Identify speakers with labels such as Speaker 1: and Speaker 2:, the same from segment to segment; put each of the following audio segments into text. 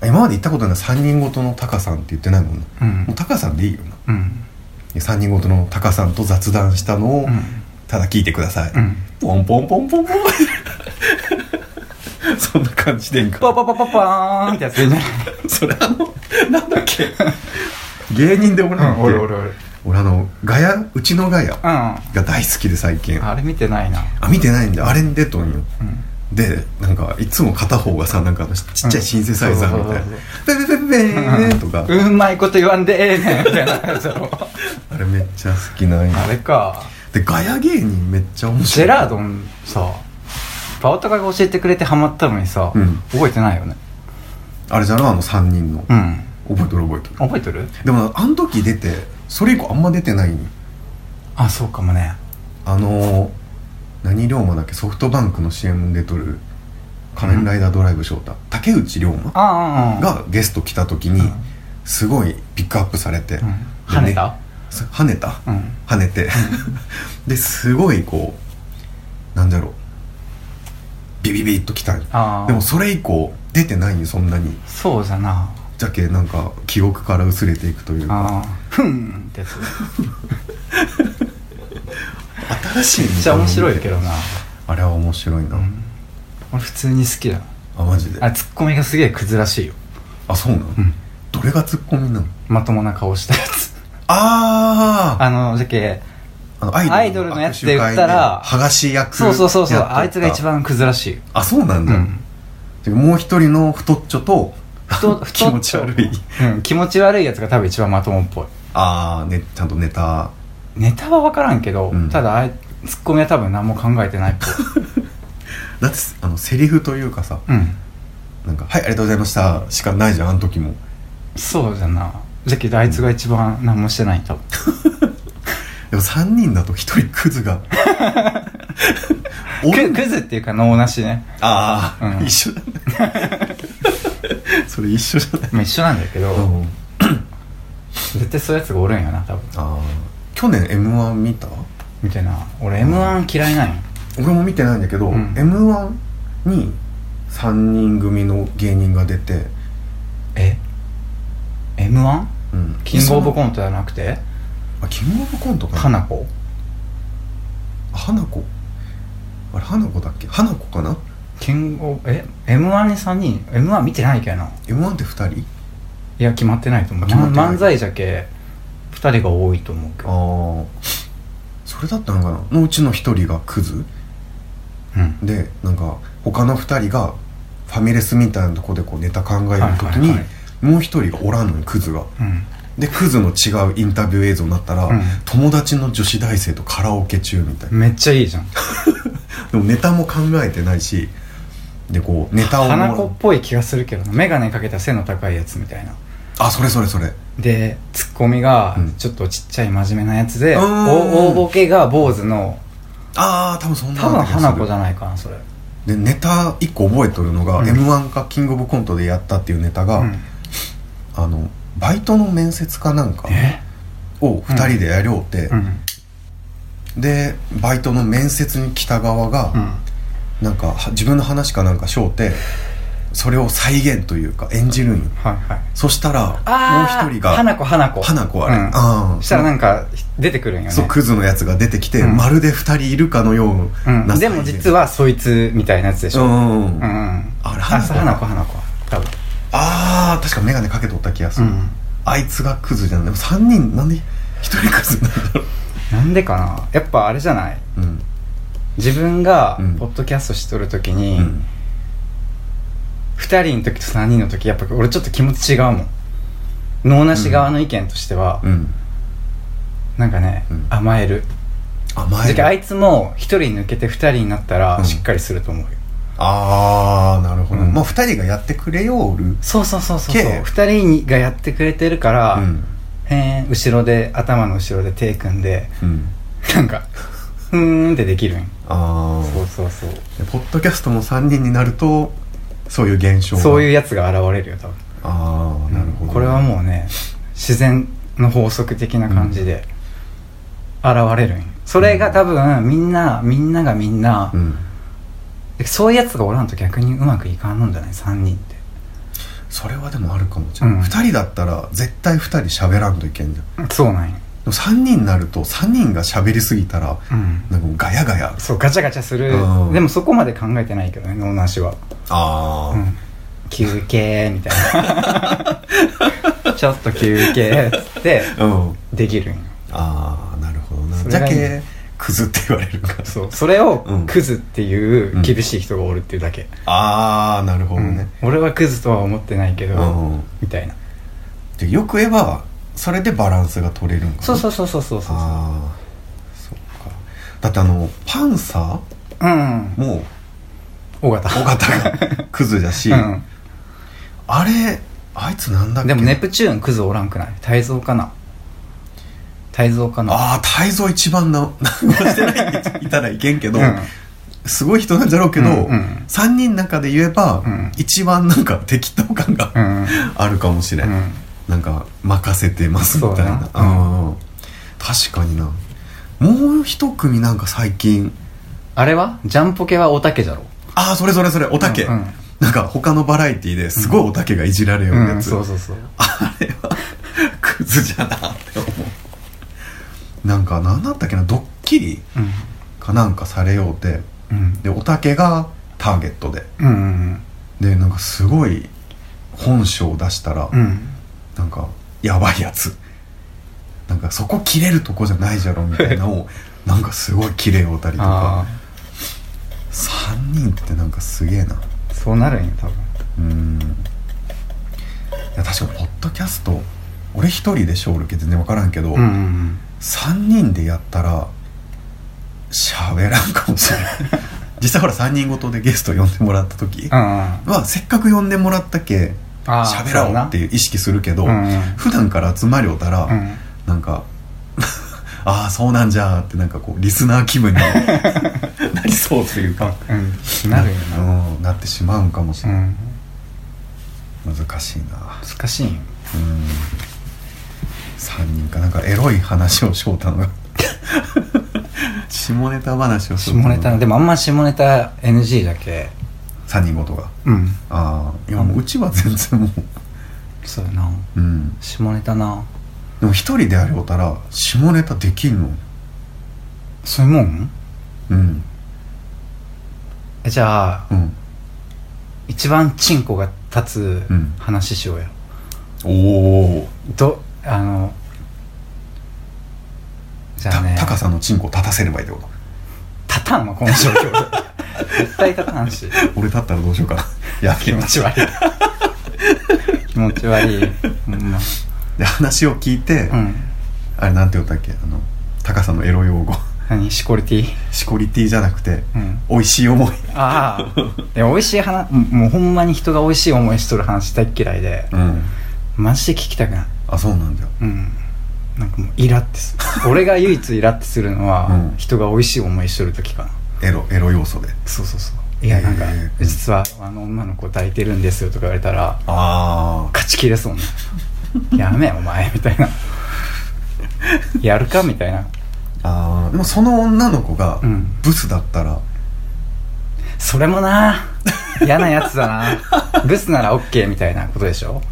Speaker 1: で行ったことない3人ごとのタカさんって言ってないもんな、
Speaker 2: う
Speaker 1: もうんタカさんでいいよな
Speaker 2: うん
Speaker 1: 3人ごとのタカさんと雑談したのを
Speaker 2: うん
Speaker 1: ただ聞いてください、
Speaker 2: うん
Speaker 1: ポンポンポンポンポ ンそんな感じでいいか
Speaker 2: パパパパパーンってやつでいいんじゃない
Speaker 1: それあのなんだっけ芸人で俺なんだっけ
Speaker 2: 俺俺俺うん
Speaker 1: 俺あのガヤうちのガヤ
Speaker 2: あ
Speaker 1: が大好きで最近あ
Speaker 2: れ見てないな
Speaker 1: 見てないんだあれに出とんよ
Speaker 2: うん
Speaker 1: でなんかいつも片方がさなんかあのちっちゃいシンセサイザーみたいな
Speaker 2: うん
Speaker 1: 「ペペペペペー」とか
Speaker 2: うんうまいこと言わんでええねんみたいなやつやろ
Speaker 1: あれめっちゃ好きなんよ
Speaker 2: あれか
Speaker 1: でガヤ芸人めっちゃ面
Speaker 2: ジ
Speaker 1: 白い
Speaker 2: ェラードンさパオタカが教えてくれてハマったのにさ、
Speaker 1: うん
Speaker 2: 覚えてないよね
Speaker 1: あれじゃなあの3人の
Speaker 2: うん
Speaker 1: 覚えてる覚えてる
Speaker 2: 覚えてる
Speaker 1: でもあの時出てそれ以降あんま出てないんよ
Speaker 2: あそうかもね
Speaker 1: あのー何龍馬だっけソフトバンクの CM に出とる「仮面ライダードライブショーター」竹内龍馬
Speaker 2: ああああ
Speaker 1: がゲスト来た時に
Speaker 2: うん
Speaker 1: すごいピックアップされて、
Speaker 2: うん
Speaker 1: で
Speaker 2: 跳ねた、
Speaker 1: そ跳ねた、
Speaker 2: うん
Speaker 1: 跳ねてですごいこうなんだろうビビビッと来たんよ
Speaker 2: ああ
Speaker 1: でもそれ以降出てないよそんなに
Speaker 2: そうじゃな
Speaker 1: じゃけなんか記憶から薄れていくというか
Speaker 2: ああふんってや つ
Speaker 1: 新しい
Speaker 2: め
Speaker 1: みた
Speaker 2: っちゃ面白いけどな、
Speaker 1: あれは面白いな、
Speaker 2: うん、俺普通に好きだな
Speaker 1: あマジで
Speaker 2: あツッコミがすげえクズらしいよ、
Speaker 1: あそうなの、
Speaker 2: うん、
Speaker 1: どれがツッコミなの
Speaker 2: まともな顔したやつ
Speaker 1: あー
Speaker 2: あのじゃけ
Speaker 1: あの
Speaker 2: アイドルのやつで言ったら
Speaker 1: 握手会で剥がし役
Speaker 2: そうそうそうそう
Speaker 1: やっとった
Speaker 2: あいつが一番クズらしいよ
Speaker 1: あそうなん
Speaker 2: う
Speaker 1: だ、
Speaker 2: ん
Speaker 1: てかもう一人の太っちょと
Speaker 2: 太 太っち
Speaker 1: 気
Speaker 2: ょ
Speaker 1: 持ち悪い
Speaker 2: うん、気持ち悪いやつが多分一番まともっぽい
Speaker 1: ああ、ね、ちゃんとネタ
Speaker 2: ネタは分からんけど、
Speaker 1: うん
Speaker 2: ただあれツッコミは多分何も考えてないっぽい
Speaker 1: だってあのセリフというかさ
Speaker 2: うん
Speaker 1: なんか「はいありがとうございました」しかないじゃんあの時も
Speaker 2: そうじゃなだけどあいつが一番何もしてない多分
Speaker 1: でも3人だと一人クズ がお
Speaker 2: ク
Speaker 1: る
Speaker 2: クズっていうか脳なしね
Speaker 1: ああ、
Speaker 2: うん
Speaker 1: 一緒だね それ一緒じゃない、
Speaker 2: まあ一緒なんだけど、
Speaker 1: うん、
Speaker 2: 絶対そういうやつがおるんやな多分
Speaker 1: ああ去年 m 1見た
Speaker 2: みたいな俺 m 1嫌いなんよ
Speaker 1: 俺も見てないんだけど、
Speaker 2: うん
Speaker 1: m 1に3人組の芸人が出て、
Speaker 2: え m 1
Speaker 1: うん、
Speaker 2: キングオブ
Speaker 1: ン
Speaker 2: コントじゃなくて
Speaker 1: あキングオブコントか
Speaker 2: 花子
Speaker 1: 花子あれ花子だっけ花子かな
Speaker 2: キングオブえ m 1に3人 m 1見てないけどな
Speaker 1: m 1って2人
Speaker 2: いや決まってないと思う
Speaker 1: 決まってない
Speaker 2: 漫才じゃけ2人が多いと思うけど
Speaker 1: ああそれだったのかなのうちの1人がクズ
Speaker 2: うん
Speaker 1: でなんか他の2人がファミレスみたいなとこでこうネタ考える時に、
Speaker 2: はいはいはい
Speaker 1: もう1人がおらんのにクズが
Speaker 2: うん
Speaker 1: でクズの違うインタビュー映像になったら、
Speaker 2: うん
Speaker 1: 友達の女子大生とカラオケ中みたいな
Speaker 2: めっちゃいいじゃん
Speaker 1: でもネタも考えてないしでこうネタをもら
Speaker 2: 花子っぽい気がするけどな眼鏡かけた背の高いやつみたいな
Speaker 1: あそれそれそれ
Speaker 2: でツッコミが
Speaker 1: うん
Speaker 2: ちょっとちっちゃい真面目なやつで、
Speaker 1: うん
Speaker 2: お大ボケが坊主の
Speaker 1: ああ多分そんな
Speaker 2: 多分花子じ
Speaker 1: だ
Speaker 2: ゃないかなそれ、
Speaker 1: でネタ1個覚えとるのが、
Speaker 2: うん
Speaker 1: m 1かキングオブコントでやったっていうネタが、
Speaker 2: うん、
Speaker 1: あのバイトの面接かなんか
Speaker 2: え
Speaker 1: を2人でやりょうって、
Speaker 2: うん
Speaker 1: でバイトの面接に来た側が、
Speaker 2: うん
Speaker 1: なんかは自分の話かなんかしょうてそれを再現というか演じるんよ
Speaker 2: はいはい
Speaker 1: そしたらもう
Speaker 2: あー
Speaker 1: 一人が
Speaker 2: 花子花子
Speaker 1: 花子あれ、
Speaker 2: うん
Speaker 1: あー
Speaker 2: そしたらなんか出てくるんよね
Speaker 1: そうクズのやつが出てきて、
Speaker 2: うん
Speaker 1: まるで2人いるかのよう
Speaker 2: うん
Speaker 1: な、
Speaker 2: でも実はそいつみたいなやつでし
Speaker 1: う
Speaker 2: ょ、
Speaker 1: んうんうん、
Speaker 2: うんうん、
Speaker 1: あれ花子
Speaker 2: そう花子花子多分
Speaker 1: あー確か眼鏡かけとった気がす
Speaker 2: う
Speaker 1: る、
Speaker 2: ん
Speaker 1: あいつがクズじゃんでも3人なんで1人クズなんだろう、
Speaker 2: なんでかなやっぱあれじゃない
Speaker 1: うん
Speaker 2: 自分が
Speaker 1: うん
Speaker 2: ポッドキャストしとる時
Speaker 1: う
Speaker 2: に、
Speaker 1: ん、
Speaker 2: 2人の時と3人の時やっぱ俺ちょっと気持ち違うもん脳なし側の意見としては、
Speaker 1: うん、
Speaker 2: なんかね、
Speaker 1: うん
Speaker 2: 甘える
Speaker 1: 甘え
Speaker 2: じゃ
Speaker 1: る
Speaker 2: ああいつも1人抜けて2人になった
Speaker 1: う
Speaker 2: ら
Speaker 1: ん
Speaker 2: しっかりすると思うよ、
Speaker 1: ああなるほど、
Speaker 2: うん
Speaker 1: まあ2人がやってくれよる
Speaker 2: そうそうそうそうそう
Speaker 1: け
Speaker 2: 2人がやってくれてるから、
Speaker 1: うん
Speaker 2: へー後ろで頭の後ろで手組んで
Speaker 1: うん
Speaker 2: なんかふーんってできるんよ
Speaker 1: あ
Speaker 2: そう
Speaker 1: あ
Speaker 2: そうそう
Speaker 1: ポッドキャストも3人になるとそういう現象が
Speaker 2: そういうやつが現れるよ多分
Speaker 1: ああなるほど
Speaker 2: これはもうね自然の法則的な感じで現れるんよそれが多分みんなみんながみんな、
Speaker 1: うん
Speaker 2: そういうやつがおらんと逆にうまくいかんのんじゃない3人って
Speaker 1: それはでもあるかもしれない、
Speaker 2: うん
Speaker 1: 2人だったら絶対2人喋らんといけんじゃんで
Speaker 2: そうなんや、
Speaker 1: も3人になると3人が喋りすぎたら
Speaker 2: うん、
Speaker 1: なんかもうガヤガヤ
Speaker 2: そうガチャガチャする
Speaker 1: うん
Speaker 2: でもそこまで考えてないけどね脳なしは、
Speaker 1: ああ、
Speaker 2: うん、休憩みたい なちょっと休憩っつって
Speaker 1: うん
Speaker 2: できるんよ
Speaker 1: ああなるほどな
Speaker 2: そ
Speaker 1: じ
Speaker 2: れ
Speaker 1: ゃ
Speaker 2: がいい
Speaker 1: けクズって言われるから
Speaker 2: そうそれを
Speaker 1: うん
Speaker 2: クズっていううん厳しい人がおるっていうだけ、
Speaker 1: ああなるほどね、
Speaker 2: うん俺はクズとは思ってないけど、
Speaker 1: うん
Speaker 2: みたいな
Speaker 1: でよく言えばそれでバランスが取れるんかな
Speaker 2: そうそううそうそうそうそう
Speaker 1: ああそっかだってあのパンサ
Speaker 2: うん
Speaker 1: ーも
Speaker 2: 尾形
Speaker 1: 尾形がクズだし、
Speaker 2: う
Speaker 1: あれあいつなんだっ
Speaker 2: ん、
Speaker 1: け
Speaker 2: でもネプチューンクズおらんくない泰造かな泰造かな
Speaker 1: ああ泰造一番な何もしてないいたらいけんけど、
Speaker 2: うん
Speaker 1: すごい人なんじゃろうけど、
Speaker 2: うんうん
Speaker 1: 3人の中で言えば、
Speaker 2: うん
Speaker 1: 一番なんか適当感が、
Speaker 2: うん
Speaker 1: あるかもしれ、
Speaker 2: うんん
Speaker 1: なんか任せてますみたいな
Speaker 2: そうだな
Speaker 1: うん確かになもう一組なんか最近
Speaker 2: あれはジャンポケはおたけじゃろ
Speaker 1: ああそれそれそれおたけ、
Speaker 2: うんうん
Speaker 1: なんか他のバラエティーですごいおたけがいじられるような
Speaker 2: う
Speaker 1: や
Speaker 2: ん
Speaker 1: つ、
Speaker 2: そうそうそう
Speaker 1: あれはクズじゃなって思うなんか何だったっけなドッキリ
Speaker 2: うん
Speaker 1: かなんかされようて
Speaker 2: うん
Speaker 1: でおたけがターゲットで
Speaker 2: うんうん
Speaker 1: でなんかすごい本性を出したら、
Speaker 2: うん
Speaker 1: なんかやばいやつなんかそこ切れるとこじゃないじゃろみたいな のをなんかすごい切れようたりと
Speaker 2: あ
Speaker 1: か3人ってなんかすげえな
Speaker 2: あそうなるんよ多分
Speaker 1: うんいや確かにポッドキャスト俺一人で勝力全然分からんけど、
Speaker 2: うんうん
Speaker 1: 3人でやったら喋らんかも しれない実際ほら3人ごとでゲスト呼んでもらった時
Speaker 2: うんあ
Speaker 1: はせっかく呼んでもらったけ
Speaker 2: あ
Speaker 1: 喋らおうって
Speaker 2: い
Speaker 1: いう意識するけど、
Speaker 2: うんうん
Speaker 1: 普段から集まりおたら、
Speaker 2: うん
Speaker 1: なんか ああそうなんじゃーってなんかこうリスナー気 分になりそうというか
Speaker 2: うんなるよな
Speaker 1: うんなってしまうんかもし
Speaker 2: う
Speaker 1: れない、
Speaker 2: ん
Speaker 1: 難しいな
Speaker 2: 難しいんよ
Speaker 1: うん3人かなんかエロい話をしようたのが 下ネタ話をし
Speaker 2: 下
Speaker 1: ようた
Speaker 2: ネタでもあんま下ネタ NG だけ
Speaker 1: 3人ごとが
Speaker 2: うん
Speaker 1: ああいやもううちは全然も
Speaker 2: そうやな
Speaker 1: ううん
Speaker 2: 下ネタな
Speaker 1: でも一人でありおたら下ネタできんの
Speaker 2: そういうもん
Speaker 1: うん
Speaker 2: えじゃあ
Speaker 1: うん
Speaker 2: 一番チンコが立つ
Speaker 1: うん
Speaker 2: 話しようよ、
Speaker 1: おお
Speaker 2: どあのじゃあね
Speaker 1: 高さのチンコ立たせればいいってこと
Speaker 2: 立たんわこの状況 で絶対立たんし
Speaker 1: 俺立ったらどうしようかな やべ
Speaker 2: 気
Speaker 1: え
Speaker 2: 持
Speaker 1: な
Speaker 2: ち悪い気持ち悪いほんま
Speaker 1: で話を聞いて、
Speaker 2: うん
Speaker 1: あれなんて言ったっけあの高さのエロ用語
Speaker 2: 何シコリティ
Speaker 1: しこりティじゃなくて、
Speaker 2: うん
Speaker 1: 美味しい思い
Speaker 2: ああ で美味しい話もうもうほんまに人が美味しい思いしとる話大っ嫌いで、
Speaker 1: うん
Speaker 2: マジで聞きたくない
Speaker 1: あそうなんだよ
Speaker 2: うんなんかもうイラってす 俺が唯一イラってするのは、
Speaker 1: うん
Speaker 2: 人が美味しい思いしとる時かな
Speaker 1: エロエロ要素で
Speaker 2: そうそうそういや
Speaker 1: へえ
Speaker 2: なんか
Speaker 1: うん
Speaker 2: 実はあの女の子抱いてるんですよとか言われたら
Speaker 1: あ
Speaker 2: 勝ち切れそうね やめお前みたいなやるかみたいな
Speaker 1: ーあーでもその女の子が
Speaker 2: うん
Speaker 1: ブスだったら、
Speaker 2: それもな嫌なやつだなブスなら OK みたいなことでしょ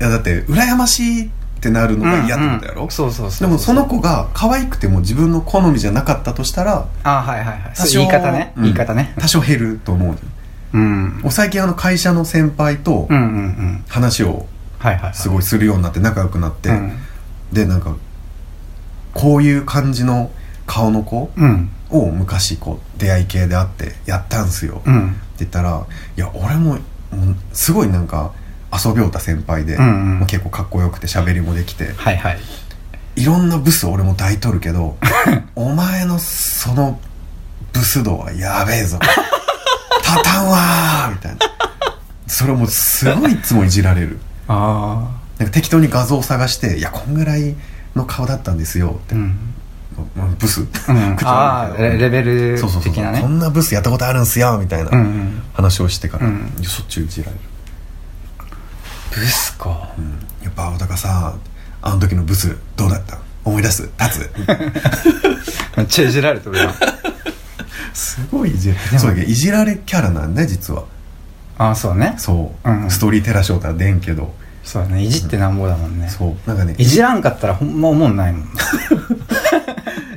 Speaker 1: いやだって羨ましいってなるのが嫌ってことやろ、
Speaker 2: うんうんそうそう
Speaker 1: で
Speaker 2: そう
Speaker 1: もその子が可愛くても自分の好みじゃなかったとしたら
Speaker 2: ああはいはいはいそ
Speaker 1: 多
Speaker 2: う
Speaker 1: 少
Speaker 2: 言い方ね、
Speaker 1: うん
Speaker 2: 言い方ね
Speaker 1: 多少減ると思うじゃん
Speaker 2: うん
Speaker 1: もう最近あの会社の先輩と
Speaker 2: うんうんうん
Speaker 1: 話を
Speaker 2: はいはいはい
Speaker 1: すごいするようになって仲良くなって、
Speaker 2: うん
Speaker 1: でなんかこういう感じの顔の子
Speaker 2: うん
Speaker 1: を昔こう出会い系であってやったんすよ、
Speaker 2: う
Speaker 1: って
Speaker 2: ん
Speaker 1: 言ったらいや俺ももうすごいなんか遊びょうた先輩で、
Speaker 2: うんうん
Speaker 1: まあ結構かっこよくて喋りもできて
Speaker 2: はいはい
Speaker 1: いろんなブス俺も抱いとるけ どお前のそのブス度はやべえぞ立たんわーみたいなそれもうすごいいつもいじられる
Speaker 2: あ
Speaker 1: なんか適当に画像を探して「いやこんぐらいの顔だったんですよ」っ
Speaker 2: あう
Speaker 1: て、
Speaker 2: ん
Speaker 1: うんブス、
Speaker 2: う ん
Speaker 1: 口
Speaker 2: あ
Speaker 1: 悪いけ
Speaker 2: あ
Speaker 1: ど
Speaker 2: レレベル
Speaker 1: そうそうそう
Speaker 2: 的な
Speaker 1: こ
Speaker 2: ね
Speaker 1: んなブスやったことあるんすよみたいな、
Speaker 2: うんうん
Speaker 1: 話をしてから、
Speaker 2: うん
Speaker 1: いやしょっちゅういじられる、
Speaker 2: ブスか
Speaker 1: やっぱ青高さあの時のブスどうだった思い出す立
Speaker 2: めっちゃいじられてるやん
Speaker 1: つすごいいじら
Speaker 2: も
Speaker 1: れそうだけどいじられキャラなんね実は
Speaker 2: ああそうね
Speaker 1: そう、
Speaker 2: うん
Speaker 1: ストーリーテラショーとは出んけど、
Speaker 2: そうだねいじってなんぼだもんね、
Speaker 1: そうなんかね
Speaker 2: いじらんかったらほんま思んないもん、
Speaker 1: い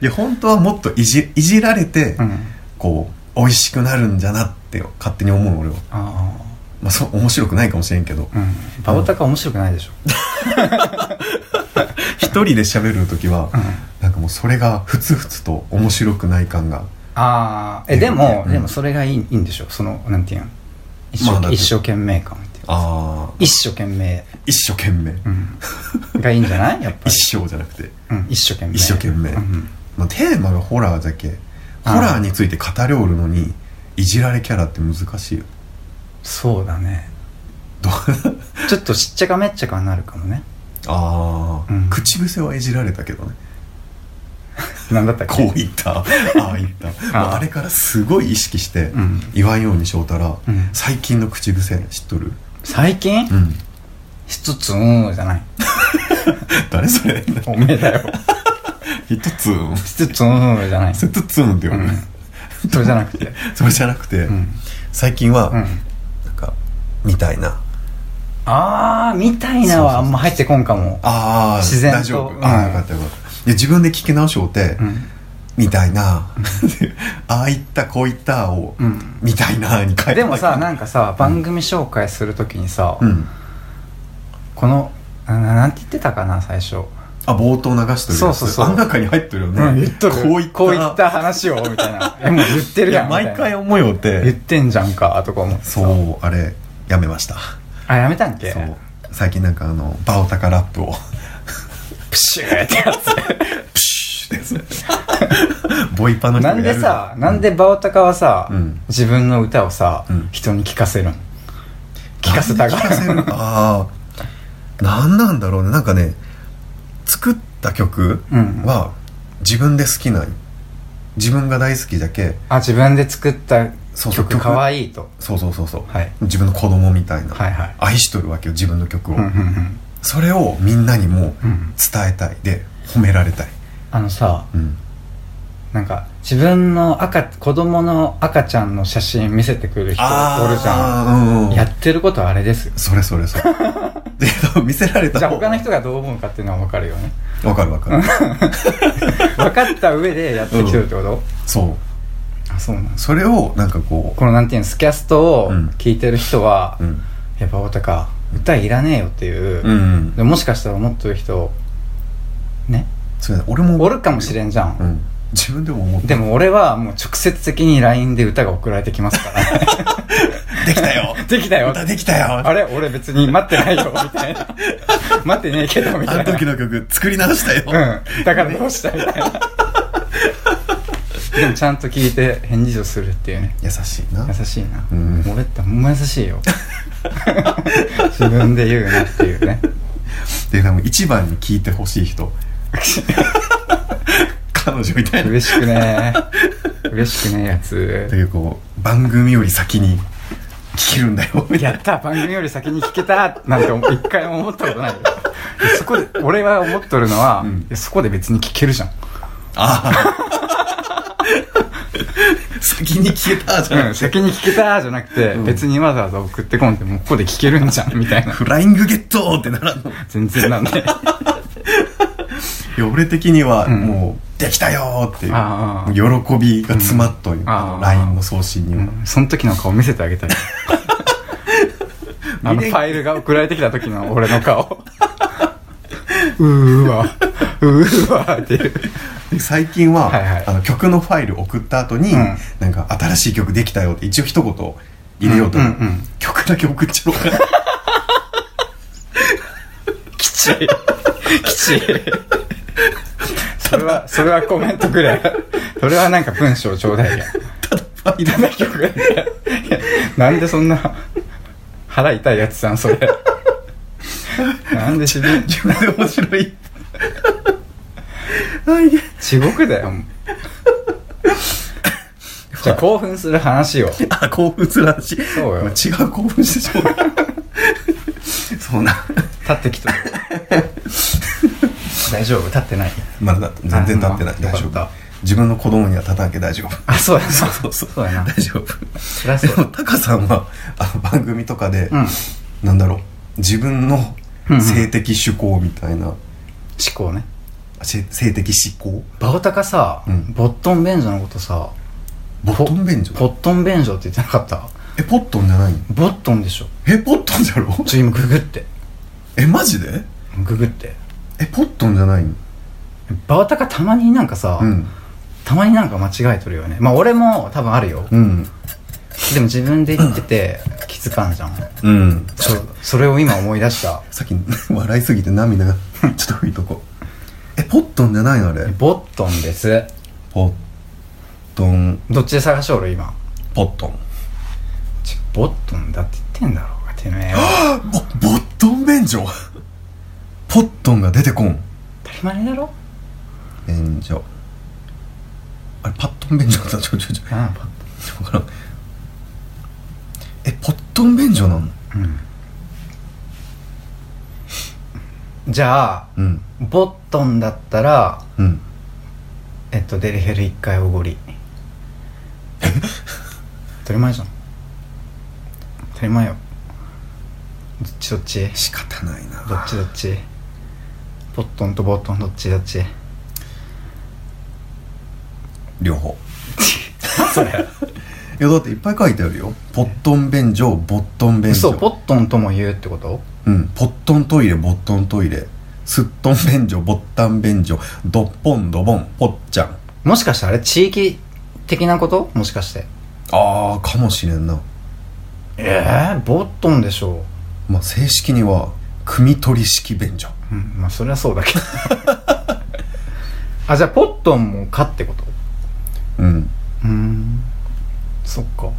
Speaker 1: や本当はもっといじいじられて、
Speaker 2: うん、あ
Speaker 1: こう美味しくなるんじゃなって勝手に思う俺は、
Speaker 2: あ
Speaker 1: まあ、そう面白くないかもしれんけど
Speaker 2: うんバオタカ面白くないでしょ、
Speaker 1: 一人で喋る時は、
Speaker 2: うん、
Speaker 1: なんかもうそれがふつふつと面白くない感が
Speaker 2: ああえでも、
Speaker 1: うん
Speaker 2: でもそれがいいいいんでしょそのなんていうの一生,、
Speaker 1: まあだって
Speaker 2: 一生懸命感っていうか
Speaker 1: ああ
Speaker 2: 一生懸命、
Speaker 1: 一生懸命、
Speaker 2: うん、がいいんじゃないやっぱり
Speaker 1: 一生じゃなくて、
Speaker 2: うん一生懸命
Speaker 1: 一生懸命
Speaker 2: うん
Speaker 1: まあ、テーマがホラーだけ
Speaker 2: あー
Speaker 1: ホラーについて語りおるのにいじられキャラって難しいよ
Speaker 2: そうだね
Speaker 1: どう
Speaker 2: ちょっとしっちゃかめっちゃかになるかもね
Speaker 1: ああ、
Speaker 2: うん
Speaker 1: 口癖はいじられたけどね
Speaker 2: なんだったっけ
Speaker 1: こう言 ったああ言ったまあ、あれからすごい意識して
Speaker 2: うん
Speaker 1: 言わんようにしようたら、
Speaker 2: うん
Speaker 1: 最近の口癖知っとる
Speaker 2: 最近
Speaker 1: うん
Speaker 2: 一つうんじゃない
Speaker 1: 誰それ
Speaker 2: おめえだよ
Speaker 1: 一つん
Speaker 2: 一つうんじゃない
Speaker 1: 一つんって
Speaker 2: う
Speaker 1: 俺、うん
Speaker 2: それじゃなくて
Speaker 1: それじゃなくて、
Speaker 2: うん
Speaker 1: 最近は、
Speaker 2: うん
Speaker 1: なんかみたいな
Speaker 2: ああみたいなはあんま入ってこんかも
Speaker 1: ああ
Speaker 2: 自然と
Speaker 1: 大丈夫、
Speaker 2: うん
Speaker 1: ああよかったよかったいや自分で聞き直しをて、
Speaker 2: うん
Speaker 1: みたいな、 ああ言ったこう言ったを、
Speaker 2: うん
Speaker 1: みたいなに変えた
Speaker 2: でもさなんかさ番組紹介するときにさ、
Speaker 1: うん
Speaker 2: このななんて言ってたかな最初、
Speaker 1: あ冒頭流してるやつ
Speaker 2: そうそうそう
Speaker 1: あん中に入ってるよね、こう言った
Speaker 2: こう言った話をみたいなえもう言って る
Speaker 1: い
Speaker 2: や
Speaker 1: や
Speaker 2: んみたいな
Speaker 1: 毎回思いをっ
Speaker 2: 言っててんじゃんかとか思ってさ
Speaker 1: そうあれやめました
Speaker 2: あやめたんけ
Speaker 1: そう最近なんかあのバオタカラップを
Speaker 2: プシューってやつ
Speaker 1: プシュッてやつボイパの人
Speaker 2: な
Speaker 1: がや
Speaker 2: ん
Speaker 1: る
Speaker 2: でさなんでバオタカはさ、
Speaker 1: うん
Speaker 2: 自分の歌をさ、
Speaker 1: うん
Speaker 2: 人に聞かせるん聞かせたが
Speaker 1: なんで聞かせる
Speaker 2: る
Speaker 1: ああなんなんだろうねなんかね作った曲
Speaker 2: うん
Speaker 1: は自分で好きな自分が大好きだけ
Speaker 2: あ自分で作った
Speaker 1: そうそう
Speaker 2: 曲
Speaker 1: 曲
Speaker 2: かわいいと
Speaker 1: そうそうそうそう、
Speaker 2: はい
Speaker 1: 自分の子供みたいな、
Speaker 2: はいはい
Speaker 1: 愛しとるわけよ自分の曲を、
Speaker 2: うんうんうん
Speaker 1: それをみんなにも
Speaker 2: うん
Speaker 1: 伝えたいで褒められたい、
Speaker 2: あのさ
Speaker 1: うん、
Speaker 2: なんか自分の赤子供の赤ちゃんの写真見せてくる人おるじゃ
Speaker 1: あーうんうん
Speaker 2: んやってることはあれですよ
Speaker 1: それそれそれ で多分見せられた
Speaker 2: じゃあ
Speaker 1: 方
Speaker 2: 他の人がどう思うかっていうのは分かるよね
Speaker 1: わかるわかる
Speaker 2: 分かった上でやってきてるってこと、
Speaker 1: そう
Speaker 2: あそうなんです
Speaker 1: それをなんかこ
Speaker 2: このなんていうのスキャストを
Speaker 1: うん
Speaker 2: 聞いてる人は、
Speaker 1: ううん
Speaker 2: やっぱオタか歌いらねえよっていう、
Speaker 1: うん、うん、
Speaker 2: でもしかしたら思ってる人ね
Speaker 1: そうだ俺も
Speaker 2: おるかもしれんじゃん、
Speaker 1: うん、自分でも思って
Speaker 2: でも俺はもう直接的に LINE で歌が送られてきますか らね
Speaker 1: できたよ
Speaker 2: できたよ
Speaker 1: またできたよ
Speaker 2: あれ俺別に待ってないよみた いな待ってねえけどみた
Speaker 1: あの
Speaker 2: いな
Speaker 1: 時の曲作り直したよ、
Speaker 2: うんだからどうしたみたい なでもちゃんと聞いて返事をするっていうね
Speaker 1: 優しいな
Speaker 2: 優しいな、
Speaker 1: うん
Speaker 2: 俺ってほんま優しいよ自分で言うなっていうね
Speaker 1: で多分一番に聞いてほしい 人彼女みたいな
Speaker 2: 嬉しくねえ嬉しくねえやつ
Speaker 1: というこう番組より先に聞けるんだよみたい
Speaker 2: やった番組より先に聞けたなんて一回も思ったことないよそこで俺は思っとるのは、
Speaker 1: うん
Speaker 2: いやそこで別に聞けるじゃん
Speaker 1: なああ先に聞けたじゃな
Speaker 2: う
Speaker 1: く
Speaker 2: ん、
Speaker 1: て、
Speaker 2: 先に聞けたじゃなくて、
Speaker 1: ん
Speaker 2: 別にわざわざ送ってこんでもうここで聞けるんじゃんみたいな
Speaker 1: フライングゲットってならんのい
Speaker 2: 全然なん で
Speaker 1: や俺的には
Speaker 2: ん
Speaker 1: もう、できたよーって
Speaker 2: ああ
Speaker 1: いう喜びが詰まっとる、
Speaker 2: んああ
Speaker 1: LINE の送信には、
Speaker 2: うんその時の顔 見せてあげたいあの
Speaker 1: 見
Speaker 2: フ
Speaker 1: れん
Speaker 2: ァイルが送られてきた時の俺の 顔うーわうーわっていう
Speaker 1: で最近は、
Speaker 2: はいはい
Speaker 1: あの曲のファイル送った後に、
Speaker 2: うん
Speaker 1: なんか新しい曲できたよって一応一言入れようと思う、
Speaker 2: うんうんうん
Speaker 1: 曲だけ送っちゃおうか な
Speaker 2: きちいきちいそれはそれはコメントくれそれはなんか文章ちょうだいや いらない曲がいやなんでそんな腹痛いやつさんそれなんで自分
Speaker 1: 自分で面白い はい
Speaker 2: 地獄 だよもうじゃあ興奮する話を
Speaker 1: あ興奮する話
Speaker 2: そうよ
Speaker 1: まあ違う興奮してしま うそうな
Speaker 2: 立って きた大丈夫立ってない
Speaker 1: まだ全然立ってない
Speaker 2: あま
Speaker 1: 大
Speaker 2: あ
Speaker 1: 丈
Speaker 2: よか
Speaker 1: 夫
Speaker 2: っ
Speaker 1: 自分の子供には叩け大丈夫
Speaker 2: あそうやな
Speaker 1: そうそうそう
Speaker 2: そうやな
Speaker 1: 大丈
Speaker 2: そりゃ
Speaker 1: 夫で
Speaker 2: そ
Speaker 1: も
Speaker 2: う
Speaker 1: タカさんはあの番組とかで、
Speaker 2: うん思
Speaker 1: なんだろう自分の
Speaker 2: うんうん
Speaker 1: 性的趣向みたいな、
Speaker 2: 考ね
Speaker 1: し性的思考
Speaker 2: バオタカさ、
Speaker 1: うん
Speaker 2: ボットン便所のことさ
Speaker 1: ボットン便所
Speaker 2: ポットン便所って言ってなかった
Speaker 1: えポットンじゃないの
Speaker 2: ボットンでしょ
Speaker 1: えポットンじゃろ
Speaker 2: ちょ今ググって
Speaker 1: えマジで
Speaker 2: ググって
Speaker 1: えポットンじゃないの
Speaker 2: バオタカたまになんかさ、
Speaker 1: うん
Speaker 2: たまになんか間違えとるよねまあ俺も多分あるよ
Speaker 1: うん
Speaker 2: でも自分で言ってて気づかんじゃん
Speaker 1: うん
Speaker 2: ちょそれを今思い出した
Speaker 1: さっき 笑いすぎて涙が ちょっと拭いとこうえポットンじゃないのあれ
Speaker 2: ボットンです
Speaker 1: ポットン
Speaker 2: どっちで探しおる今
Speaker 1: ポットン
Speaker 2: ちボットンだって言ってんだろうがてめえ
Speaker 1: あボボットン便所ポットンが出てこん
Speaker 2: 当たり前だろ
Speaker 1: 便所あれパットン便所だちょちょちょ
Speaker 2: あ
Speaker 1: ちょわからんえポットン便所なの
Speaker 2: じゃあ
Speaker 1: うん
Speaker 2: ボットンだったら
Speaker 1: うん
Speaker 2: えっとデリヘル1回おごり当たり前じゃん当たり前よどっちどっち
Speaker 1: 仕方ないな
Speaker 2: どっちどっちボットンとボットンどっちどっち
Speaker 1: 両方
Speaker 2: それ
Speaker 1: いやだっていっぱい書いてあるよポットン便所ボットン便所
Speaker 2: 嘘ボットンとも言うってこと
Speaker 1: うん、ポットントイレボットントイレすっとん便所ボッタン便所ドッポンドボンポッちゃん
Speaker 2: もしかしてあれ地域的なこともしかして
Speaker 1: あーかもしれんな
Speaker 2: ええボットンでしょ
Speaker 1: まあ正式には組取り式便所
Speaker 2: う、うん、まあそりゃそうだ けどあじゃあポットンもかってこと
Speaker 1: うん
Speaker 2: うーんそっか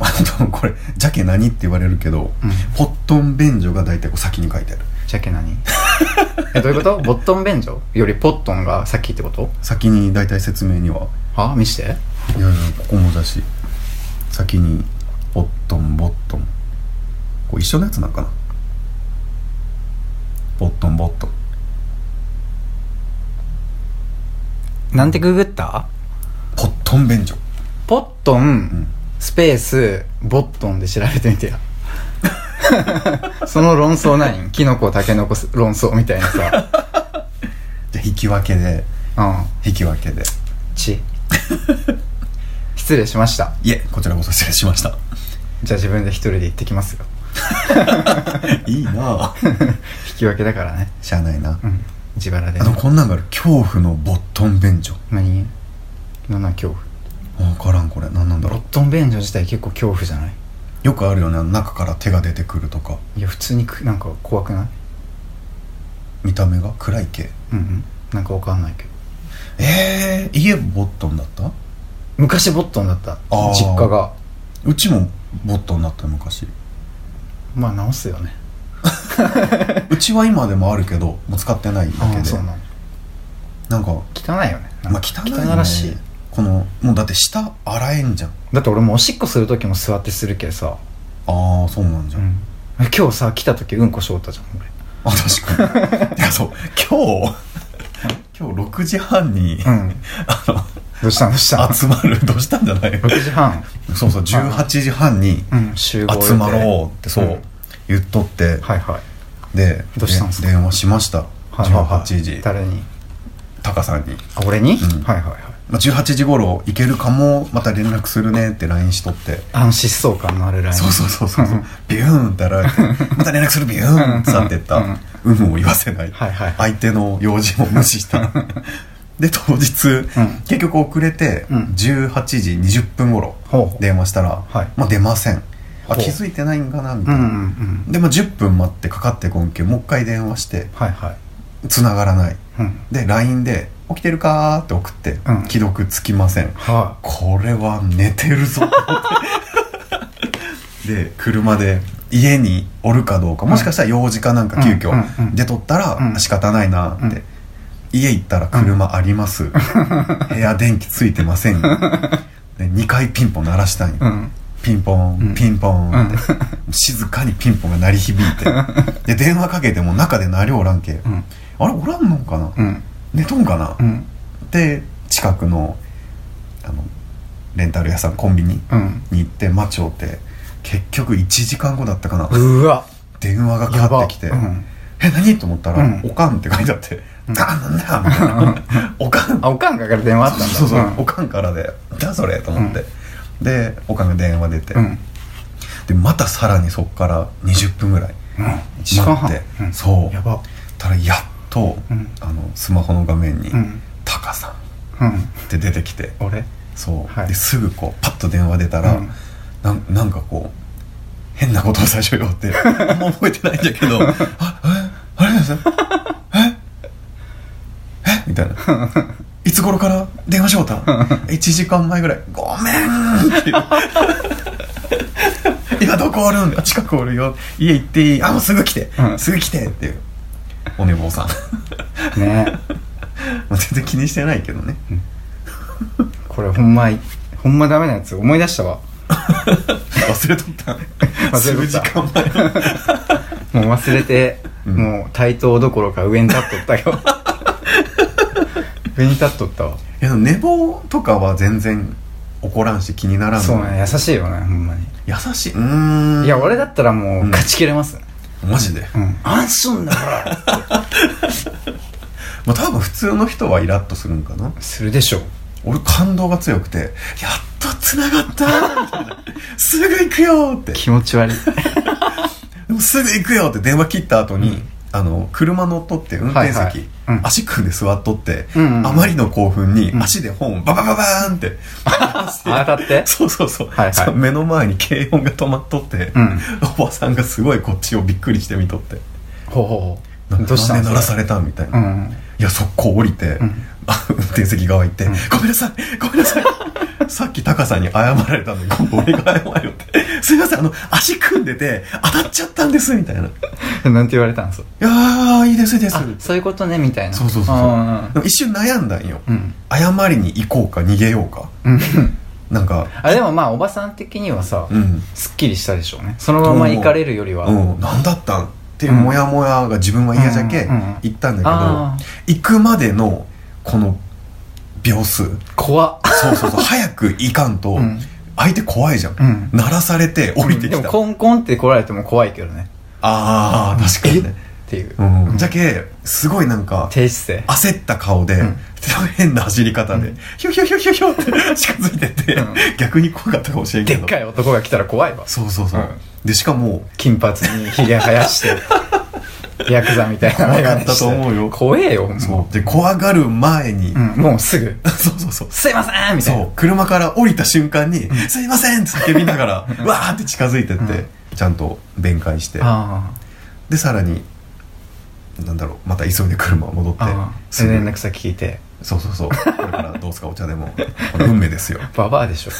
Speaker 1: あとこれ「ジャケ何?」って言われるけど、
Speaker 2: うん
Speaker 1: ポットン便所が大体こう先に書いてある
Speaker 2: じゃけ何 えどういうことボットン便所よりポットンがさっきってこと
Speaker 1: 先に大体説明には
Speaker 2: あ見して
Speaker 1: いやいやここもだし先にポットンボットンこう一緒のやつなんかなポットンボットン
Speaker 2: なんてググった
Speaker 1: ポットン便所
Speaker 2: ポットン、
Speaker 1: ん
Speaker 2: スペースボットンで調べてみてや その論争ないんキノコタケノコ論争みたいなさ
Speaker 1: じゃあ引き分けで
Speaker 2: うん
Speaker 1: 引き分けで
Speaker 2: ち失礼しました
Speaker 1: いえこちらこそ失礼しました
Speaker 2: じゃあ自分で一人で行ってきますよ
Speaker 1: いいなあ
Speaker 2: 引き分けだからね
Speaker 1: しゃあないな、
Speaker 2: うん自腹で
Speaker 1: あのこんなんがある恐怖のボットン便所
Speaker 2: 何何なん恐怖
Speaker 1: 分からんこれ何なんだ
Speaker 2: ロ
Speaker 1: ろ
Speaker 2: ッ
Speaker 1: う
Speaker 2: トン便所自体結構恐怖じゃない
Speaker 1: よくあるよねあの中から手が出てくるとか
Speaker 2: いや普通にくなんか怖くない
Speaker 1: 見た目が暗い系
Speaker 2: うんうんなんかわかんないけど
Speaker 1: えー、家ボットンだった
Speaker 2: 昔ボットンだった
Speaker 1: あー
Speaker 2: 実家が
Speaker 1: うちもボットンだったよ昔
Speaker 2: まあ直すよね
Speaker 1: うちは今でもあるけどもう使ってないだ
Speaker 2: あ
Speaker 1: け
Speaker 2: あ
Speaker 1: で
Speaker 2: そう
Speaker 1: な
Speaker 2: なの
Speaker 1: んか
Speaker 2: 汚いよねなん
Speaker 1: ま
Speaker 2: か
Speaker 1: あ汚い、ね、
Speaker 2: らしい
Speaker 1: このもうだって下洗えんじゃん
Speaker 2: だって俺もおしっこする時も座ってするけどさ、
Speaker 1: ああそうなんじゃん、
Speaker 2: 今日さ来た時うんこしょったじゃん俺
Speaker 1: あ確かにいやそう今日今日6時半に、
Speaker 2: うん
Speaker 1: あの
Speaker 2: どうしたのどうしたの
Speaker 1: 集まるどうしたんじゃない
Speaker 2: 6時半、
Speaker 1: そうそう18時半に
Speaker 2: うん、集合予定
Speaker 1: 集まろうってそう、
Speaker 2: うん
Speaker 1: 言っとって、
Speaker 2: はいはい
Speaker 1: で
Speaker 2: どうしたんですか
Speaker 1: で電話しました
Speaker 2: はいはいはい
Speaker 1: 18時
Speaker 2: 誰に
Speaker 1: タカさんに、
Speaker 2: あ俺に、
Speaker 1: ん
Speaker 2: はいはいはい
Speaker 1: まあ、18時頃行けるかもまた連絡するねって LINE しとって
Speaker 2: あの疾走感のあるライン
Speaker 1: そうそうそうそうそうビューンって洗ってまた連絡するビューンって去ってった
Speaker 2: うん
Speaker 1: 有無を言わせない
Speaker 2: はいはい
Speaker 1: 相手の用事も無視した で当日、結局遅れて
Speaker 2: うん
Speaker 1: 18時20分頃
Speaker 2: ほうほう
Speaker 1: 電話したら「
Speaker 2: はい
Speaker 1: まあ、出ません」あ
Speaker 2: ほう
Speaker 1: 気づいてないんかなみ
Speaker 2: う
Speaker 1: たい
Speaker 2: んうん
Speaker 1: な、
Speaker 2: うん
Speaker 1: で、まあ、10分待ってかかってこんけもう一回電話して
Speaker 2: はいはい
Speaker 1: 繋がらない
Speaker 2: うん
Speaker 1: で LINE で「起きてるか?」って送って
Speaker 2: うん
Speaker 1: 「既読つきません」
Speaker 2: は
Speaker 1: これは寝てる ぞと思ってで車で家におるかどうかもしかしたら用事かなんか急遽
Speaker 2: うんうんうん
Speaker 1: 出とった
Speaker 2: う
Speaker 1: ら
Speaker 2: ん
Speaker 1: 仕方ないなって、
Speaker 2: うん
Speaker 1: 家行ったら車あり ます、部屋電気ついてませんよで2回ピンポン鳴らしたんよ、
Speaker 2: いうん
Speaker 1: ピンポ
Speaker 2: う
Speaker 1: ン
Speaker 2: ん
Speaker 1: ピンポ
Speaker 2: う
Speaker 1: ン
Speaker 2: ん
Speaker 1: って、静かにピンポンが鳴り響いて で電話かけても中で鳴りおらんけ、
Speaker 2: うん
Speaker 1: あれおらんのかな、
Speaker 2: うん
Speaker 1: 寝とんかな、
Speaker 2: うん
Speaker 1: で近近くのあのレンタル屋さんコンビニ
Speaker 2: うん
Speaker 1: に行ってマチョって結局1時間後だったかな
Speaker 2: うわ
Speaker 1: 電話が
Speaker 2: や
Speaker 1: かか
Speaker 2: ば
Speaker 1: ってきて「
Speaker 2: うん
Speaker 1: え何?」と思ったら
Speaker 2: う
Speaker 1: 「
Speaker 2: ん
Speaker 1: おかん」って書いてあって「
Speaker 2: うん
Speaker 1: あなんだ」みたいな「おかん」
Speaker 2: あおかんがから電話あったんだ
Speaker 1: そうそうそう、
Speaker 2: ん
Speaker 1: おかんからで「なんだそれ」と思って、でおかんが電話出て、
Speaker 2: うん
Speaker 1: でまたさらにそこから20分ぐらい
Speaker 2: 1時間
Speaker 1: 待っ
Speaker 2: 半
Speaker 1: て、
Speaker 2: うん
Speaker 1: そう
Speaker 2: やば
Speaker 1: たらやっと、
Speaker 2: うん
Speaker 1: あのスマホの画面に
Speaker 2: うん
Speaker 1: 「タカさん」っ
Speaker 2: うん
Speaker 1: て出てきて
Speaker 2: 俺
Speaker 1: そう、
Speaker 2: はい
Speaker 1: ですぐこうパッと電話出たら、
Speaker 2: うん
Speaker 1: なんなんかこう変なことを最初言おうってあんま覚えてないんだ けどあえあれですええみたいないつ頃から電話しようた1時間前ぐらい「ごめん」っていう 「今どこおるん?」「近くおるよ家行っていい」「あもうすぐ来て、
Speaker 2: うん
Speaker 1: すぐ来て」っていうお寝坊さん
Speaker 2: ね
Speaker 1: もう全然気にしてないけどね
Speaker 2: これほんまいほんまダメなやつ思い出したわ
Speaker 1: 忘れとった
Speaker 2: 忘れとった
Speaker 1: 数時間前の
Speaker 2: もう忘れて、
Speaker 1: うん
Speaker 2: もう対等どころか上に立っとったよ上に立っとったわ
Speaker 1: いや寝坊とかは全然怒らんし気にならん
Speaker 2: そうね優しいよねほんまに、
Speaker 1: 優しいうーん
Speaker 2: いや俺だったらもう、
Speaker 1: うん
Speaker 2: 勝ち切れます
Speaker 1: マジで、
Speaker 2: うん安心だから
Speaker 1: まあ、多分普通の人はイラッとするんかな
Speaker 2: するでしょう
Speaker 1: 俺感動が強くてやっとつながったみたいなすぐ行くよって
Speaker 2: 気持ち悪い
Speaker 1: でもすぐ行くよって電話切った後に、
Speaker 2: うん
Speaker 1: あの車の音って運転席、
Speaker 2: はいはいうん
Speaker 1: 足組んで座っとって、
Speaker 2: うんうん
Speaker 1: あまりの興奮に
Speaker 2: ん
Speaker 1: 足で本をババババーンって
Speaker 2: 当たって
Speaker 1: そうそうそう,、
Speaker 2: はいはい
Speaker 1: そう目の前に軽音が止まっとって、
Speaker 2: うん
Speaker 1: おばさんがすごいこっちをびっくりして見とって
Speaker 2: ほうほう
Speaker 1: な
Speaker 2: ほうどうした
Speaker 1: なん
Speaker 2: ん
Speaker 1: で
Speaker 2: す
Speaker 1: 鳴
Speaker 2: から
Speaker 1: されたみたいな、
Speaker 2: う
Speaker 1: い
Speaker 2: ん
Speaker 1: や速攻降りて、
Speaker 2: ん
Speaker 1: あ 運転席側行って、
Speaker 2: ん
Speaker 1: ごめんなさいごめんな さいさっきタカさんに謝られたのに今度俺が謝るよってすいませんあの足組んでて当たっちゃったんですみたいな「い
Speaker 2: なんて言われたんです
Speaker 1: やーいいですいいです」
Speaker 2: あそういうことねみたいな
Speaker 1: そうそうそう
Speaker 2: うんうん
Speaker 1: でも一瞬悩んだんよ、
Speaker 2: うん
Speaker 1: 謝りに行こうか逃げようか
Speaker 2: うん
Speaker 1: なんか
Speaker 2: あでもまあおばさん的にはさ、
Speaker 1: うん
Speaker 2: すっきりしたでしょうねそのまま行かれるよりは、
Speaker 1: うん、何だったんっていうモヤモヤが自分は嫌じゃけ
Speaker 2: うんうんうん
Speaker 1: 行ったんだけど、
Speaker 2: あー
Speaker 1: 行くまでのこの秒数
Speaker 2: 怖っ
Speaker 1: そうそうそう 早く行かんと
Speaker 2: うん
Speaker 1: 相手怖いじゃん、
Speaker 2: うん
Speaker 1: 鳴らされて降りてきた、
Speaker 2: でもコンコンって来られても怖いけどね
Speaker 1: ああ確かにね
Speaker 2: っていう、
Speaker 1: うん、
Speaker 2: うん
Speaker 1: じゃけすごいなんか
Speaker 2: 低姿勢
Speaker 1: 焦った顔で、
Speaker 2: うん
Speaker 1: 変な走り方で、
Speaker 2: うん
Speaker 1: ひょひょひょひょひょって近づいてって、
Speaker 2: うん
Speaker 1: 逆に怖かったかもしれんけ
Speaker 2: で
Speaker 1: ど
Speaker 2: っかい男が来たら怖いわ
Speaker 1: そうそうそう、
Speaker 2: うん
Speaker 1: でしかも
Speaker 2: 金髪にひげ生やして ヤクザみたいな眼鏡
Speaker 1: 怖かっ
Speaker 2: して
Speaker 1: たと思うよ
Speaker 2: 怖えよもう
Speaker 1: そうで怖がる前に、
Speaker 2: うん、もうすぐ
Speaker 1: そうそうそう
Speaker 2: 「すいません!」みた
Speaker 1: そ
Speaker 2: いな
Speaker 1: う車から降りた瞬間に「すいません!」って叫びながらわーって近づいてって、
Speaker 2: うん
Speaker 1: ちゃんと弁解して
Speaker 2: あ
Speaker 1: でさらになんだろうまた急いで車戻っ
Speaker 2: あああ
Speaker 1: て
Speaker 2: それで連
Speaker 1: ぐ
Speaker 2: 絡先聞いて
Speaker 1: そうそうそうこれからどうすかお茶でもこの運命ですよ
Speaker 2: ババア でしょ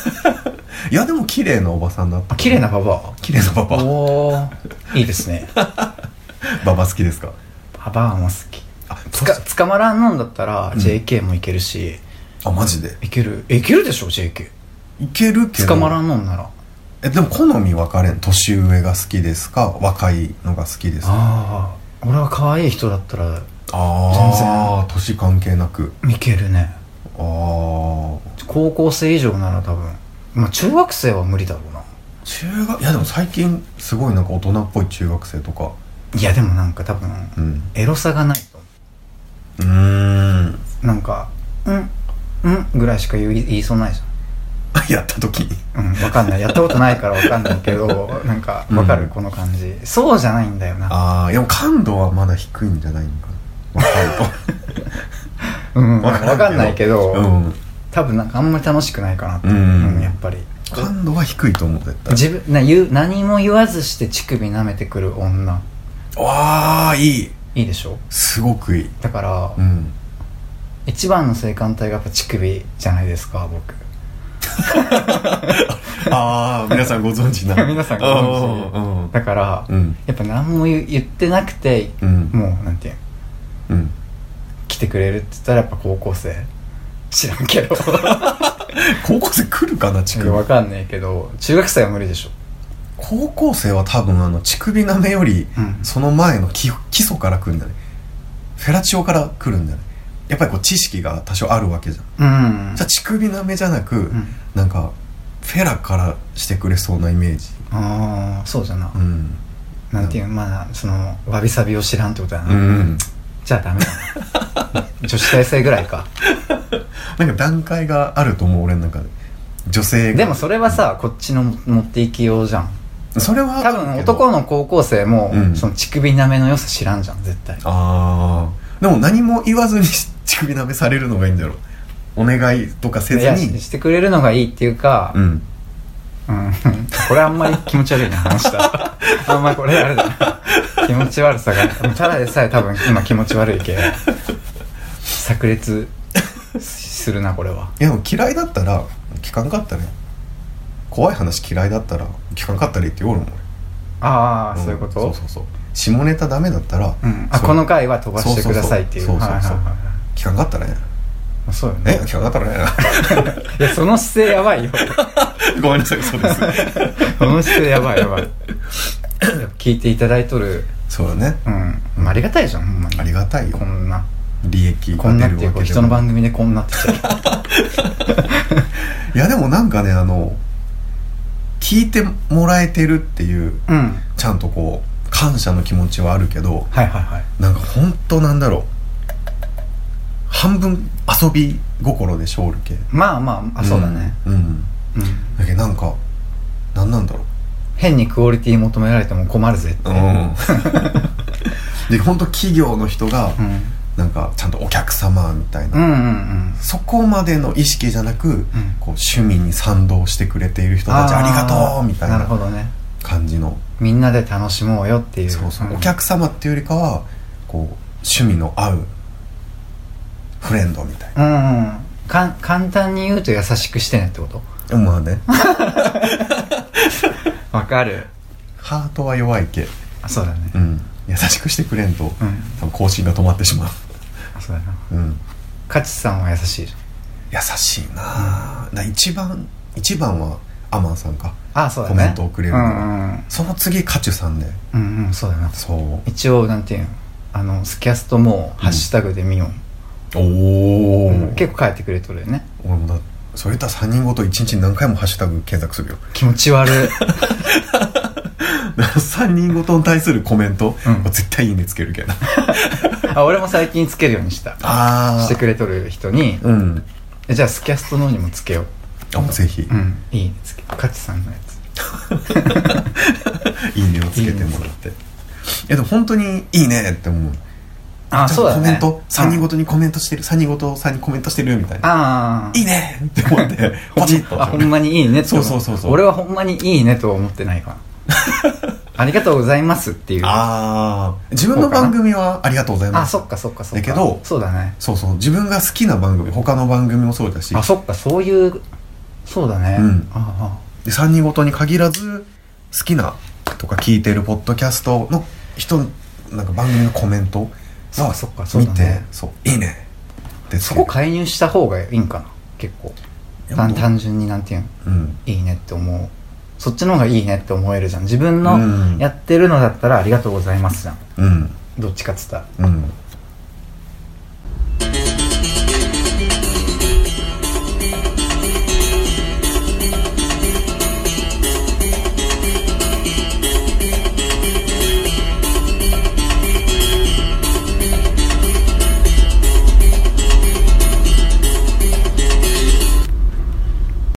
Speaker 1: いやでも綺麗なおばさんだった
Speaker 2: あ綺麗なババ
Speaker 1: 綺麗なパ
Speaker 2: ア
Speaker 1: パ
Speaker 2: おおーいいですね
Speaker 1: ババ好きですか
Speaker 2: ババアも好き
Speaker 1: あ
Speaker 2: つか捕まらんのんだったら JK もいけるし、
Speaker 1: あマジで
Speaker 2: いけるえいけるでしょ JK
Speaker 1: いけるけど
Speaker 2: 捕まら
Speaker 1: ん
Speaker 2: んのんなら
Speaker 1: えでも好み分かれん年上が好きですか若いのが好きですか
Speaker 2: ああ俺は可愛い人だったら
Speaker 1: ああ年関係なく
Speaker 2: いけるね
Speaker 1: ああ
Speaker 2: 高校生以上なら多分まあ中学生は無理だろうな
Speaker 1: 中学いやでも最近すごいなんか大人っぽい中学生とか
Speaker 2: いやでもなんか多分
Speaker 1: うん
Speaker 2: エロさがないと思
Speaker 1: うーん
Speaker 2: うなんか「うんうん」ぐらいしか言い言いそうないじ
Speaker 1: やった時に
Speaker 2: ゃんうんわかんないやったことないからわかんない けどなんかわかる、
Speaker 1: うん
Speaker 2: この感じそうじゃないんだよな
Speaker 1: ああいや感度はまだ低いんじゃないのかな若い
Speaker 2: うん
Speaker 1: と
Speaker 2: わかんないけど、
Speaker 1: うん
Speaker 2: 多分なんかあんまり楽しくないかなって、
Speaker 1: うん
Speaker 2: うんやっぱり
Speaker 1: 感度は低いと思う絶対
Speaker 2: 自分な言う何も言わずして乳首舐めてくる女
Speaker 1: ああいい
Speaker 2: いいでしょ
Speaker 1: すごくいい
Speaker 2: だから、
Speaker 1: うん
Speaker 2: 一番の性感帯がやっぱ乳首じゃないですか僕
Speaker 1: ああ皆さんご存知な
Speaker 2: 皆さんご存知だから、
Speaker 1: 知うん
Speaker 2: やっぱ何も言言ってなくて、
Speaker 1: うん
Speaker 2: もうなんていうの
Speaker 1: うん
Speaker 2: 来てくれるって言ったらやっぱ高校生知らんけ ど
Speaker 1: 高校生来るかな乳首
Speaker 2: わかんないけど中学生は無理でしょ
Speaker 1: 高校生は多分あの乳首舐めより
Speaker 2: うん
Speaker 1: その前の基基礎から来るんだねフェラチオから来るんだねやっぱりこう知識が多少あるわけじゃん
Speaker 2: うん
Speaker 1: じゃあ乳首なめじゃなく、
Speaker 2: ん
Speaker 1: なんかフェラからしてくれそうなイメージ
Speaker 2: ああそうじゃな、
Speaker 1: うん
Speaker 2: なんていうまあそのわびさびを知らんってことだ
Speaker 1: う
Speaker 2: な、
Speaker 1: ん
Speaker 2: じゃあダメ だな女子大生ぐらいか
Speaker 1: なんか段階があると思う俺の中で女性が
Speaker 2: でもそれはさこっちの持っていきようじゃん
Speaker 1: それは
Speaker 2: 多分男の高校生も、
Speaker 1: うん
Speaker 2: その乳首なめの良さ知らんじゃん絶対
Speaker 1: ああでも何も言わずに乳首舐めされるのがいいんだろうお願いとかせ
Speaker 2: いや
Speaker 1: ずに
Speaker 2: してくれるのがいいっていうか
Speaker 1: う、ん
Speaker 2: うん、これあんまり気持ち悪いな話 したあんまこれあれだな気持ち悪さがただでさえ多分今気持ち悪 いけ炸裂するなこれはい
Speaker 1: やでも嫌いだったら聞かんかったね怖い話嫌いだったら聞かんかったりって言おるもん俺
Speaker 2: ああ、
Speaker 1: ん
Speaker 2: そういうこと
Speaker 1: そうそうそう下ネタダメだったら、
Speaker 2: うん、あ
Speaker 1: そう
Speaker 2: この回は飛ばしてくださいっていう
Speaker 1: そうそうそう
Speaker 2: はいはいはいはい
Speaker 1: 聞かんかったらね
Speaker 2: まあそうよね
Speaker 1: え聞かんかったら ね
Speaker 2: いやその姿勢やばいよ
Speaker 1: ごめんなさい そうです
Speaker 2: その姿勢やばいやばい聞いていただいとる
Speaker 1: そうだね
Speaker 2: うん、まあ、ありがたいじゃんほんまに
Speaker 1: ありがたいよ
Speaker 2: こんな
Speaker 1: 利益
Speaker 2: こ
Speaker 1: が
Speaker 2: ん
Speaker 1: 出
Speaker 2: なっ
Speaker 1: る
Speaker 2: ていう
Speaker 1: わ
Speaker 2: こ
Speaker 1: け
Speaker 2: う
Speaker 1: で
Speaker 2: 人
Speaker 1: もな
Speaker 2: の
Speaker 1: い
Speaker 2: 番組でこんなってきた
Speaker 1: いやでもなんかねあの聞いてもらえてるっていう
Speaker 2: うんはい
Speaker 1: ちゃんとこう感謝の気持ちはあるけど
Speaker 2: はいはい
Speaker 1: なんか本当なんだろう半分遊び心でしょおるけ
Speaker 2: まあまああそうだね、
Speaker 1: うん、うん
Speaker 2: うん
Speaker 1: だけどなんかなんなんだろう
Speaker 2: 変にクオリティ求められても困るぜって
Speaker 1: うん で本当企業の人が
Speaker 2: うん、
Speaker 1: なんかちゃんとお客様みたいな、
Speaker 2: うんうんうん
Speaker 1: そこまでの意識じゃなく、こう趣味に賛同してくれている人たちありがとうみたい
Speaker 2: なるほ
Speaker 1: な
Speaker 2: どね
Speaker 1: 感じの
Speaker 2: みんなで楽しもうよっていう
Speaker 1: そうそう、
Speaker 2: ん
Speaker 1: お客様っていうよりかはこう趣味の合うフレンドみたい
Speaker 2: うんうんかん簡単に言うと優しくしてねってこと
Speaker 1: なまあね
Speaker 2: わかる
Speaker 1: ハートは弱いけ、
Speaker 2: あそうだね
Speaker 1: うん、優しくしてくれんと、
Speaker 2: うん
Speaker 1: 多分更新が止まってしま
Speaker 2: あそうだな
Speaker 1: う、うん、
Speaker 2: カチさんは優しいじ
Speaker 1: 優しいなあ、だから一番一番はアマンさんか
Speaker 2: ゃんあそうだね
Speaker 1: コメントをくれる
Speaker 2: う
Speaker 1: の
Speaker 2: ん
Speaker 1: が
Speaker 2: うん
Speaker 1: その次カチュさんで
Speaker 2: うんうんそうだな
Speaker 1: そう
Speaker 2: 一応なんていうのあのスキャストもハッシュタグで見よ
Speaker 1: おお、
Speaker 2: う、うん結構書いてくれとるよね
Speaker 1: 俺もだそれ言ったら3人ごと1日に何回もハッシュタグ検索 するよ
Speaker 2: 気持ち悪 い
Speaker 1: 3人ごとに対するコメント、
Speaker 2: うん
Speaker 1: 絶対いいねつけるけど
Speaker 2: あ俺も最近つけるようにした
Speaker 1: あ
Speaker 2: してくれとる人に
Speaker 1: うん
Speaker 2: えじゃあスキャストの方にもつけよう
Speaker 1: あもうぜひ、
Speaker 2: うんいいねつけカチさんのやつ
Speaker 1: いいねをつけてもらってえでも本当にいいねって思うち
Speaker 2: あ
Speaker 1: ゃんと
Speaker 2: そうだね
Speaker 1: コメント3人ご
Speaker 2: と
Speaker 1: とにコメントしてる3人ごとさんにコメントしてるみたいな
Speaker 2: ああ
Speaker 1: いいねって思 ってポチッと
Speaker 2: あほんまにいいねって思
Speaker 1: そうそうそうそう
Speaker 2: 俺はほんまにいいねとは思ってな いかなありがとうございますっていう
Speaker 1: ああ自分の番組はありがとうござい
Speaker 2: あ
Speaker 1: ます
Speaker 2: そっかそっかそっか
Speaker 1: だけど
Speaker 2: そうだね
Speaker 1: そうそう自分が好きな番組他の番組もそうだし
Speaker 2: あそっかそういうそうだね、
Speaker 1: うん
Speaker 2: あ
Speaker 1: で3人ごとに限らず好きなとか聞いてるポッドキャストの人なんか番組のコメント
Speaker 2: そっ
Speaker 1: は
Speaker 2: かそっかそう
Speaker 1: 見
Speaker 2: だ
Speaker 1: て、
Speaker 2: ね
Speaker 1: そういいねって
Speaker 2: あそこ介入した方がいいんかな結構
Speaker 1: いや
Speaker 2: 単
Speaker 1: もう
Speaker 2: 単純になんていうの
Speaker 1: うん
Speaker 2: いいねって思うそっちの方がいいねって思えるじゃん自分
Speaker 1: うん
Speaker 2: のやってるのだったらありがとうございますじゃん
Speaker 1: うん
Speaker 2: どっちかっつったら
Speaker 1: うん